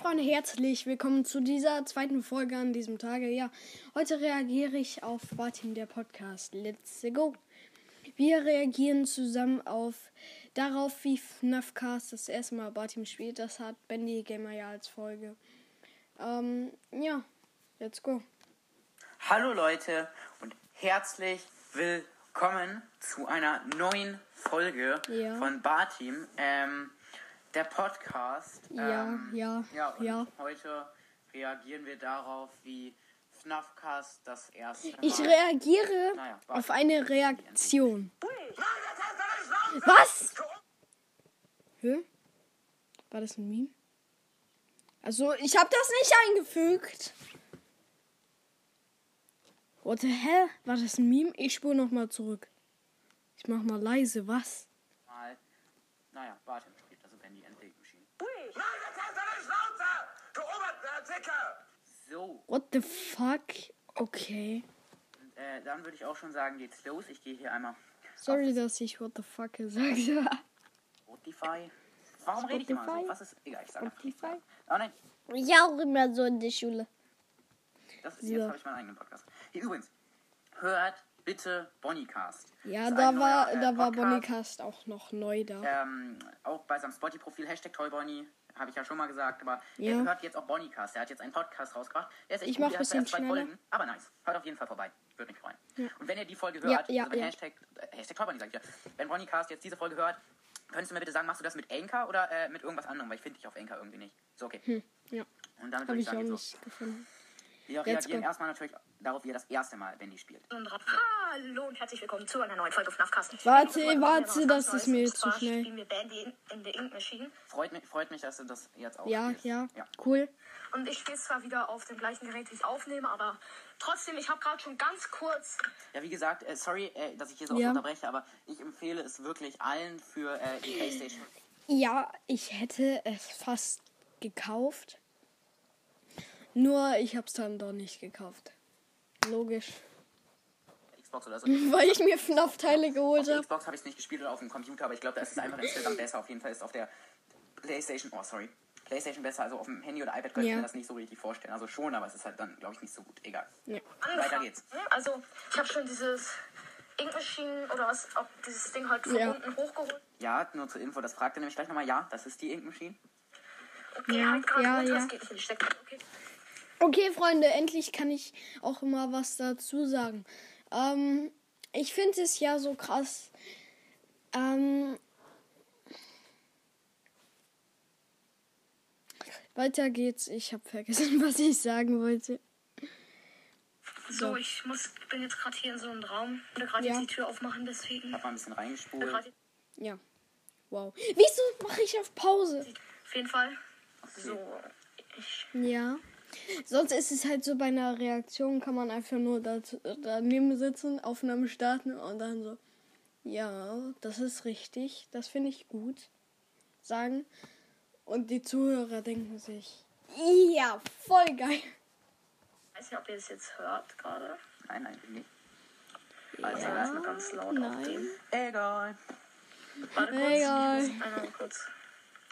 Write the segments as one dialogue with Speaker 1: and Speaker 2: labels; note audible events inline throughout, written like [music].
Speaker 1: Freunde, herzlich willkommen zu dieser zweiten Folge an diesem Tage. Ja, heute reagiere ich auf Martin der Podcast. Let's go. Wir reagieren zusammen auf darauf, wie FNAFcast das erste Mal Bartim spielt. Das hat Bendy Gamer ja als Folge. Ähm, ja, let's go.
Speaker 2: Hallo Leute und herzlich willkommen zu einer neuen Folge
Speaker 1: Ja.
Speaker 2: von Barteam, ähm, der Podcast.
Speaker 1: Ja,
Speaker 2: ähm,
Speaker 1: ja,
Speaker 2: ja, und
Speaker 1: ja.
Speaker 2: Heute reagieren wir darauf, wie FNAFcast das erste Mal.
Speaker 1: Ich reagiere
Speaker 2: Naja, warte.
Speaker 1: auf eine Reaktion. Was? Hä? War das ein Meme? Also, ich habe das nicht eingefügt. What the hell? War das ein Meme? Ich spule nochmal zurück. Ich mach mal leise, was?
Speaker 2: mal. Naja, Bartim spielt also Bendy and Big Machine. So,
Speaker 1: What the fuck? Okay.
Speaker 2: und, äh, dann würde ich auch schon sagen, geht's los. Ich gehe hier einmal
Speaker 1: Sorry, dass ich what the fuck gesagt [laughs] habe.
Speaker 2: Spotify. Warum rede ich immer so?
Speaker 1: Spotify?
Speaker 2: Was ist. Egal, ich sage einfach nichts.
Speaker 1: Spotify?
Speaker 2: Oh nein,
Speaker 1: Ich auch immer so in der Schule.
Speaker 2: Das ist,
Speaker 1: So.
Speaker 2: jetzt habe ich meinen eigenen Podcast. Hier übrigens, hört bitte Bonnycast.
Speaker 1: Ja,
Speaker 2: Ist ein
Speaker 1: da
Speaker 2: neuer,
Speaker 1: war,
Speaker 2: äh,
Speaker 1: da war
Speaker 2: Podcast.
Speaker 1: Bonnycast auch noch neu da.
Speaker 2: Ähm, auch bei seinem Spotify-Profil, Hashtag ToyBonnie, habe ich ja schon mal gesagt, aber
Speaker 1: Ja.
Speaker 2: ihr hört jetzt auch Bonnycast. Er hat jetzt einen Podcast rausgebracht. Der ist echt
Speaker 1: Ich
Speaker 2: gut,
Speaker 1: mach
Speaker 2: der hat
Speaker 1: bisschen
Speaker 2: erst zwei
Speaker 1: schneller.
Speaker 2: Folgen, aber nice. Hört auf jeden Fall vorbei. Würde mich freuen. Und wenn ihr die Folge hört,
Speaker 1: Ja, ja,
Speaker 2: also wenn
Speaker 1: ja.
Speaker 2: Hashtag, äh, Hashtag ToyBonnie sag ich ja, wenn Bonnycast jetzt diese Folge hört, könntest du mir bitte sagen, machst du das mit Anchor oder äh, mit irgendwas anderem, weil ich finde dich auf Anchor irgendwie nicht. So, okay.
Speaker 1: Ja,
Speaker 2: Und
Speaker 1: habe
Speaker 2: damit würde ich
Speaker 1: Hm. ich auch
Speaker 2: sagen, so.
Speaker 1: nicht gefunden.
Speaker 2: wir
Speaker 1: Let's
Speaker 2: reagieren
Speaker 1: go.
Speaker 2: erstmal natürlich darauf, wie ihr das erste Mal Bendy spielt.
Speaker 3: Hallo und herzlich willkommen zu einer neuen Folge von Nafcast.
Speaker 1: Warte, warte, das ist mir jetzt zu schnell.
Speaker 3: Spielen wir Bandy in, in der Ink Machine
Speaker 2: Freut mich, freut mich, dass du das jetzt auch
Speaker 1: Ja,
Speaker 2: spielst.
Speaker 1: ja,
Speaker 2: ja.
Speaker 1: cool.
Speaker 3: und ich spiele zwar wieder auf dem gleichen Gerät, wie ich aufnehme, aber trotzdem, ich habe gerade schon ganz kurz
Speaker 2: Ja, wie gesagt, äh, sorry, äh, dass ich hier so
Speaker 1: Ja.
Speaker 2: oft unterbreche, aber ich empfehle es wirklich allen für äh, die Playstation.
Speaker 1: Ja, ich hätte es fast gekauft. Nur ich hab's dann doch nicht gekauft. Logisch. [laughs]
Speaker 2: Xbox oder so. Auf
Speaker 1: Weil ich mir FNAF-Teile geholt
Speaker 2: der
Speaker 1: habe.
Speaker 2: Xbox habe ich es nicht gespielt oder auf dem Computer, aber ich glaube, da ist es einfach insgesamt besser. Auf jeden Fall ist auf der Playstation, oh sorry, Playstation besser, also auf dem Handy oder iPad könnte ich
Speaker 1: Ja.
Speaker 2: mir das nicht so richtig vorstellen. Also schon, aber es ist halt dann, glaube ich, nicht so gut. Egal.
Speaker 1: Ja.
Speaker 2: Weiter geht's.
Speaker 3: Also, ich habe schon dieses Ink Machine oder was, ob dieses Ding halt von
Speaker 1: Ja.
Speaker 3: unten hochgeholt.
Speaker 2: Ja, nur zur Info, das fragt er nämlich gleich nochmal. Ja, das ist die Ink Machine.
Speaker 3: Okay,
Speaker 1: Ja,
Speaker 3: halt gerade
Speaker 1: ja,
Speaker 3: runter,
Speaker 1: ja.
Speaker 3: es geht nicht in die Steckdose. Okay.
Speaker 1: Okay, Freunde, endlich kann ich auch mal was dazu sagen. Ähm, ich finde es ja so krass. Ähm, weiter geht's. Ich habe vergessen, [laughs] was ich sagen wollte.
Speaker 3: So,
Speaker 1: So.
Speaker 3: ich muss, bin jetzt gerade hier in so einem Raum. Ich will gerade
Speaker 1: Ja.
Speaker 3: jetzt die Tür aufmachen, deswegen.
Speaker 2: Hab mal ein bisschen
Speaker 3: Ich will
Speaker 2: reingespult.
Speaker 3: grad-
Speaker 1: Ja. Wow. Wieso mache ich auf Pause?
Speaker 3: Auf jeden Fall. So, ich
Speaker 1: Ja. Sonst ist es halt so bei einer Reaktion, kann man einfach nur dazu, daneben sitzen, Aufnahme starten und dann so, ja, das ist richtig, das finde ich gut, sagen. Und die Zuhörer denken sich, ja, voll geil.
Speaker 3: weiß nicht, ob ihr es jetzt hört gerade.
Speaker 2: Nein, nein, nicht.
Speaker 3: Also ja, erstmal ganz laut aufnehmen.
Speaker 2: Egal.
Speaker 3: Warte kurz.
Speaker 1: Egal.
Speaker 3: Ich muss einmal kurz.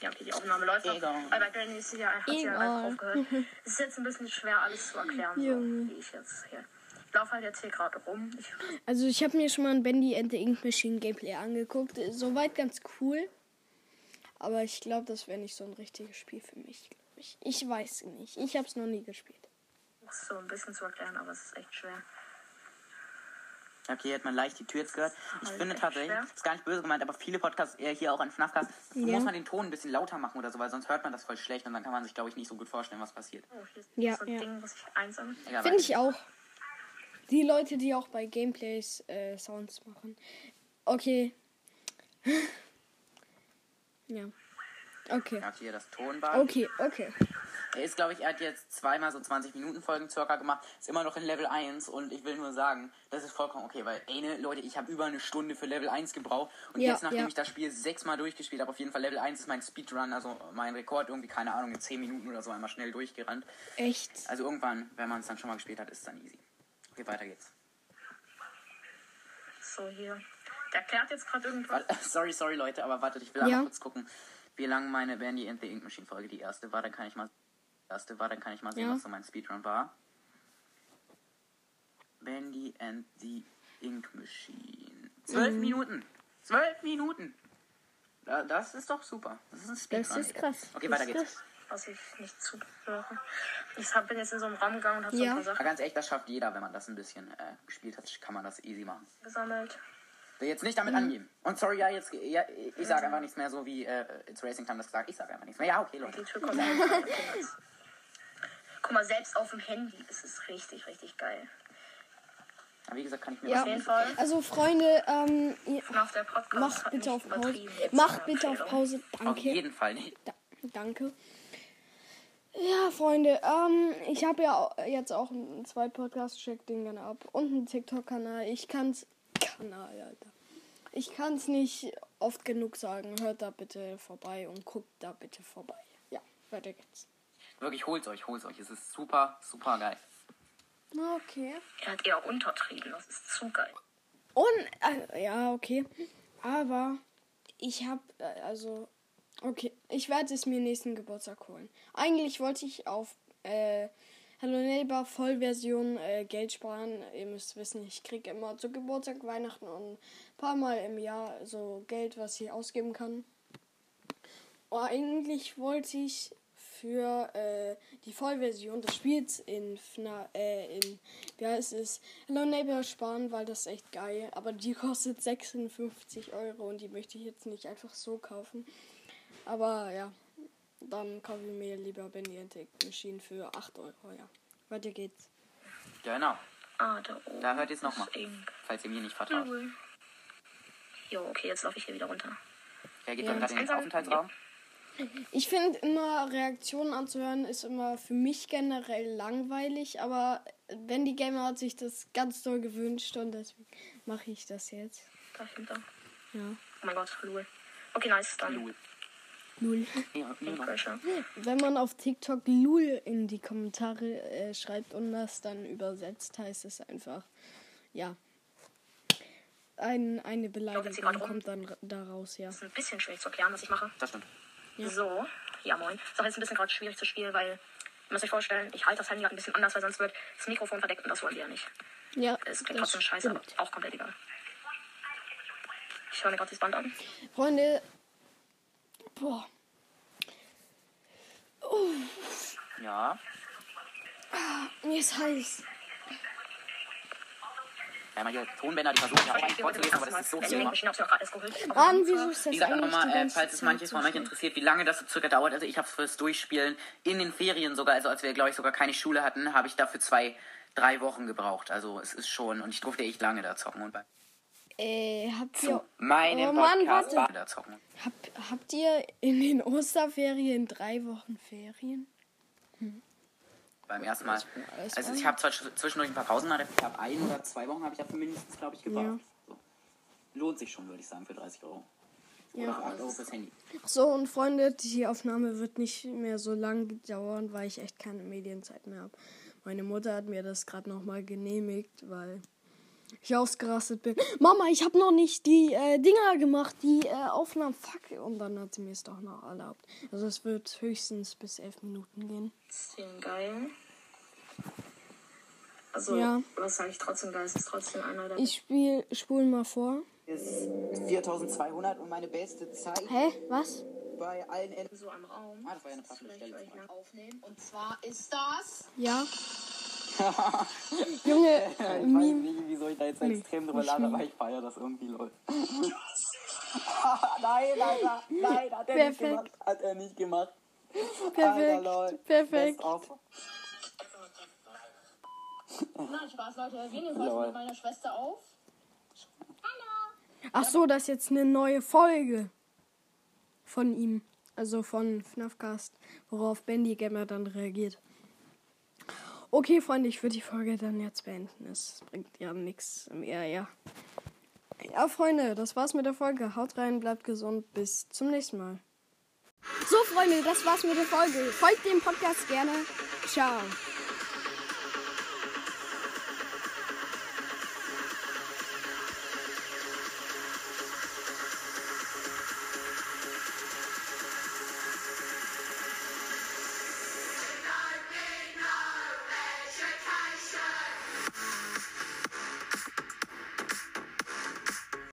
Speaker 3: Ja, okay, die Aufnahme läuft noch.
Speaker 2: Egal.
Speaker 3: Aber bei Danny ist sie ja hat sie ja
Speaker 1: Egal.
Speaker 3: halt aufgehört.
Speaker 1: [laughs]
Speaker 3: Es ist jetzt ein bisschen schwer, alles zu erklären,
Speaker 1: Junge.
Speaker 3: so, wie ich jetzt hier. Ich laufe halt jetzt hier gerade rum. Ich,
Speaker 1: Also ich habe mir schon mal ein Bendy and the Ink Machine Gameplay angeguckt, Ist soweit ganz cool. Aber ich glaube, das wäre nicht so ein richtiges Spiel für mich, glaube ich. Ich weiß nicht, ich habe es noch nie gespielt.
Speaker 3: versuche es so ein bisschen zu erklären, aber es ist echt schwer.
Speaker 2: Okay, hier hat man leicht die Tür jetzt gehört. Ich
Speaker 3: Halt
Speaker 2: finde
Speaker 3: echt
Speaker 2: tatsächlich,
Speaker 3: schwer.
Speaker 2: ist gar nicht böse gemeint, aber viele Podcasts, eher hier auch an FNAFcast, muss man den Ton ein bisschen lauter machen oder so, weil sonst hört man das voll schlecht und dann kann man sich, glaube ich, nicht so gut vorstellen, was passiert.
Speaker 3: Oh, hier ist
Speaker 1: Ja,
Speaker 3: so ein
Speaker 1: ja.
Speaker 3: Ding, was ich einsam.
Speaker 2: Egal,
Speaker 1: Finde
Speaker 2: weiter.
Speaker 1: ich auch. Die Leute, die auch bei Gameplays äh, Sounds machen. Okay. [laughs] ja. Okay.
Speaker 2: Ja, okay, das Tonband.
Speaker 1: Okay, okay.
Speaker 2: Er ist, glaube ich, er hat jetzt zweimal so 20-Minuten-Folgen circa gemacht, ist immer noch in Level 1 und ich will nur sagen, das ist vollkommen okay, weil, ey, ne, Leute, ich habe über eine Stunde für Level 1 gebraucht und
Speaker 1: Ja,
Speaker 2: jetzt, nachdem
Speaker 1: ja.
Speaker 2: ich das Spiel sechsmal durchgespielt habe, auf jeden Fall Level 1 ist mein Speedrun, also mein Rekord, irgendwie, keine Ahnung, in 10 Minuten oder so einmal schnell durchgerannt.
Speaker 1: Echt.
Speaker 2: Also irgendwann, wenn man es dann schon mal gespielt hat, ist es dann easy. Okay, weiter geht's.
Speaker 3: So, hier. Der erklärt jetzt gerade irgendwas.
Speaker 2: Warte, [laughs] Sorry, sorry Leute, aber wartet, ich will
Speaker 1: Ja.
Speaker 2: einmal kurz gucken, wie lang meine Bandy and the Ink Machine Folge die erste war. Dann kann ich mal erste war, dann kann ich mal sehen,
Speaker 1: Ja.
Speaker 2: was so mein Speedrun war. Bendy and the Ink Machine.
Speaker 1: Mhm.
Speaker 2: Zwölf Minuten. Zwölf Minuten. Da, das ist doch super. Das ist ein Speedrun.
Speaker 1: ist krass.
Speaker 2: Okay,
Speaker 1: Das
Speaker 2: weiter
Speaker 1: ist
Speaker 2: geht's.
Speaker 3: was ich nicht zu höre. Ich hab, bin jetzt in so einem Raum gegangen und habe so
Speaker 1: Ja.
Speaker 3: ein paar
Speaker 2: Aber
Speaker 3: Sachen
Speaker 2: ganz ehrlich, das schafft jeder, wenn man das ein bisschen äh, gespielt hat, kann man das easy machen.
Speaker 3: gesammelt.
Speaker 2: Will jetzt nicht damit angeben. Und sorry, ja, jetzt, ja, ich sage einfach nichts mehr, so wie äh, It's Racing Time das gesagt. Ich sage einfach nichts mehr. Ja, okay,
Speaker 3: Die
Speaker 2: Leute.
Speaker 1: [laughs]
Speaker 3: Tür kommt rein. Guck mal, selbst auf dem Handy ist es richtig, richtig geil.
Speaker 2: Aber wie gesagt, kann ich mir
Speaker 1: Ja.
Speaker 2: was
Speaker 3: Auf jeden Fall.
Speaker 1: Also Freunde, ähm, ihr,
Speaker 3: Nach der Podcast
Speaker 1: macht
Speaker 3: hat
Speaker 1: bitte
Speaker 3: mich
Speaker 1: auf Pause.
Speaker 3: übertrieben jetzt
Speaker 1: Macht
Speaker 3: meine
Speaker 1: bitte auf
Speaker 3: Empfehlung.
Speaker 1: Pause.
Speaker 2: Auf
Speaker 1: Danke.
Speaker 2: jeden Fall nicht.
Speaker 1: Da, danke. Ja, Freunde, ähm, ich habe ja au- jetzt auch einen zweiten Podcast, checkt den gerne ab. Und einen TikTok-Kanal. Ich kann's. Kanal, Alter. Ich kann's nicht oft genug sagen. Hört da bitte vorbei und guckt da bitte vorbei. Ja, weiter geht's.
Speaker 2: Wirklich, holt's euch, holt's euch. Es ist super, super geil.
Speaker 1: Okay.
Speaker 3: Er hat eher untertrieben, das ist zu geil.
Speaker 1: Und, äh, ja, okay. Aber ich habe, äh, also, okay, ich werde es mir nächsten Geburtstag holen. Eigentlich wollte ich auf äh, Hello Neighbor Vollversion äh, Geld sparen. Ihr müsst wissen, ich krieg immer zu Geburtstag, Weihnachten und ein paar Mal im Jahr so Geld, was ich ausgeben kann. Oh, Eigentlich wollte ich für äh, die Vollversion des Spiels in FNA, äh, in, wie heißt es, Hello Neighbor sparen, weil das ist echt geil. Aber die kostet 56 Euro und die möchte ich jetzt nicht einfach so kaufen. Aber ja, dann kaufe ich mir lieber Benny and the Machine für 8 Euro, ja. Weiter geht's.
Speaker 2: Genau.
Speaker 3: Ah, da oben.
Speaker 2: Da hört ihr's nochmal.
Speaker 3: ist Ink.
Speaker 2: Falls ihr mir nicht vertraut.
Speaker 3: Cool. Jo, okay, jetzt laufe ich hier wieder runter.
Speaker 2: Wer geht dann gerade in den
Speaker 3: Einsam-
Speaker 2: Aufenthaltsraum?
Speaker 1: Ich finde immer Reaktionen anzuhören ist immer für mich generell langweilig, aber wenn die Gamer hat sich das ganz doll gewünscht und deswegen mache ich das jetzt.
Speaker 3: Dahinter.
Speaker 1: Ja.
Speaker 3: Oh mein Gott, lul. Okay, nice, dann.
Speaker 2: Lul.
Speaker 1: Null.
Speaker 2: Ja, Lul.
Speaker 3: Pressure.
Speaker 1: Wenn man auf TikTok Lul in die Kommentare äh, schreibt und das dann übersetzt, heißt es einfach, ja. Ein, eine
Speaker 3: Laufen
Speaker 1: Beleidigung
Speaker 3: Sie gerade
Speaker 2: um.
Speaker 3: rum?
Speaker 1: kommt dann ra- daraus, ja.
Speaker 3: ist ein bisschen schwierig zu erklären, was ich mache.
Speaker 2: Das stimmt.
Speaker 3: So, ja moin. Ist auch jetzt ein bisschen gerade schwierig zu spielen, weil, ihr müsst euch vorstellen, ich halte das Handy gerade ein bisschen anders, weil sonst wird das Mikrofon verdeckt und das wollen wir ja nicht.
Speaker 1: Ja,
Speaker 3: Es klingt trotzdem scheiße, aber
Speaker 1: stimmt.
Speaker 3: auch komplett egal. Ich höre mir gerade das Band an.
Speaker 1: Freunde, boah,
Speaker 2: Ja.
Speaker 1: mir ist heiß.
Speaker 2: Ja, mal hier Tonbänder, die versuchen ja auch eigentlich vorzulesen, aber das ist so viel
Speaker 3: Deswegen
Speaker 2: immer.
Speaker 3: habe ich mir auch gerade erst geholt. Aber
Speaker 1: Mann, wieso ist das
Speaker 2: Wie gesagt,
Speaker 1: eigentlich
Speaker 2: nochmal,
Speaker 1: die
Speaker 2: äh,
Speaker 1: ganze
Speaker 2: falls es
Speaker 1: Zeit
Speaker 2: manches
Speaker 1: so
Speaker 2: von euch
Speaker 1: schlimm?
Speaker 2: interessiert, wie lange das so circa dauert. Also ich habe fürs Durchspielen in den Ferien sogar, also als wir, glaube ich, sogar keine Schule hatten, habe ich dafür zwei, drei Wochen gebraucht. Also es ist schon, und ich durfte echt lange da zocken. Und bei
Speaker 1: Äh, habt ihr,
Speaker 2: meinem
Speaker 1: oh Mann,
Speaker 2: Podcast war
Speaker 1: warte.
Speaker 2: da zocken.
Speaker 1: Hab, habt ihr in den Osterferien drei Wochen Ferien?
Speaker 2: Beim ersten Mal.
Speaker 1: alles
Speaker 2: Also ich
Speaker 1: ordentlich.
Speaker 2: habe zwar sch- zwischendurch ein paar Pausen mal, ich habe ein oder zwei Wochen habe ich dafür mindestens, glaube ich, gebraucht.
Speaker 1: Ja.
Speaker 2: So. Lohnt sich schon, würde ich sagen, für 30 Euro. Oder für 8 Euro fürs Handy.
Speaker 1: Ach So, und Freunde, die Aufnahme wird nicht mehr so lang dauern, weil ich echt keine Medienzeit mehr habe. Meine Mutter hat mir das gerade nochmal genehmigt, weil ich ausgerastet bin. Mama, ich habe noch nicht die äh, Dinger gemacht, die äh, Aufnahmen. Fuck. Und dann hat sie mir es doch noch erlaubt. Also es wird höchstens bis elf Minuten gehen.
Speaker 3: Bisschen geil. Also,
Speaker 1: Ja.
Speaker 3: was sage ich trotzdem geil? Es ist trotzdem einer der
Speaker 1: Ich spiel, spul mal vor.
Speaker 2: Ist 4200 und meine beste Zeit
Speaker 1: Hä? Was?
Speaker 2: bei allen Enden.
Speaker 3: so am Raum.
Speaker 2: Ah, das war ja eine passende
Speaker 3: Vielleicht, weil
Speaker 2: Stelle.
Speaker 3: ich nach-
Speaker 4: aufnehmen. Und zwar ist das.
Speaker 1: Ja. Junge, äh,
Speaker 2: Ja, Äh, ich weiß
Speaker 1: Meme.
Speaker 2: nicht, wieso ich da jetzt
Speaker 1: Nee,
Speaker 2: extrem drüber
Speaker 1: nicht
Speaker 2: lache,
Speaker 1: Meme.
Speaker 2: aber ich feiere das irgendwie, lol. [laughs] nein, Alter, nein, hat er
Speaker 1: Perfekt.
Speaker 2: nicht gemacht. Hat er nicht gemacht. Alter, lol.
Speaker 1: Perfekt. Perfekt.
Speaker 2: Best of.
Speaker 4: Nein, Spaß, Leute. Wir nehmen heute
Speaker 2: Jawohl.
Speaker 4: mit meiner Schwester auf.
Speaker 1: Ach so, das ist jetzt eine neue Folge von ihm. Also von FNAFcast, worauf Bendy Gamer dann reagiert. Okay, Freunde, ich würde die Folge dann jetzt beenden. Es bringt ja nichts mehr, ja. Ja, Freunde, das war's mit der Folge. Haut rein, bleibt gesund. Bis zum nächsten Mal. So, Freunde, das war's mit der Folge. Folgt dem Podcast gerne. Ciao.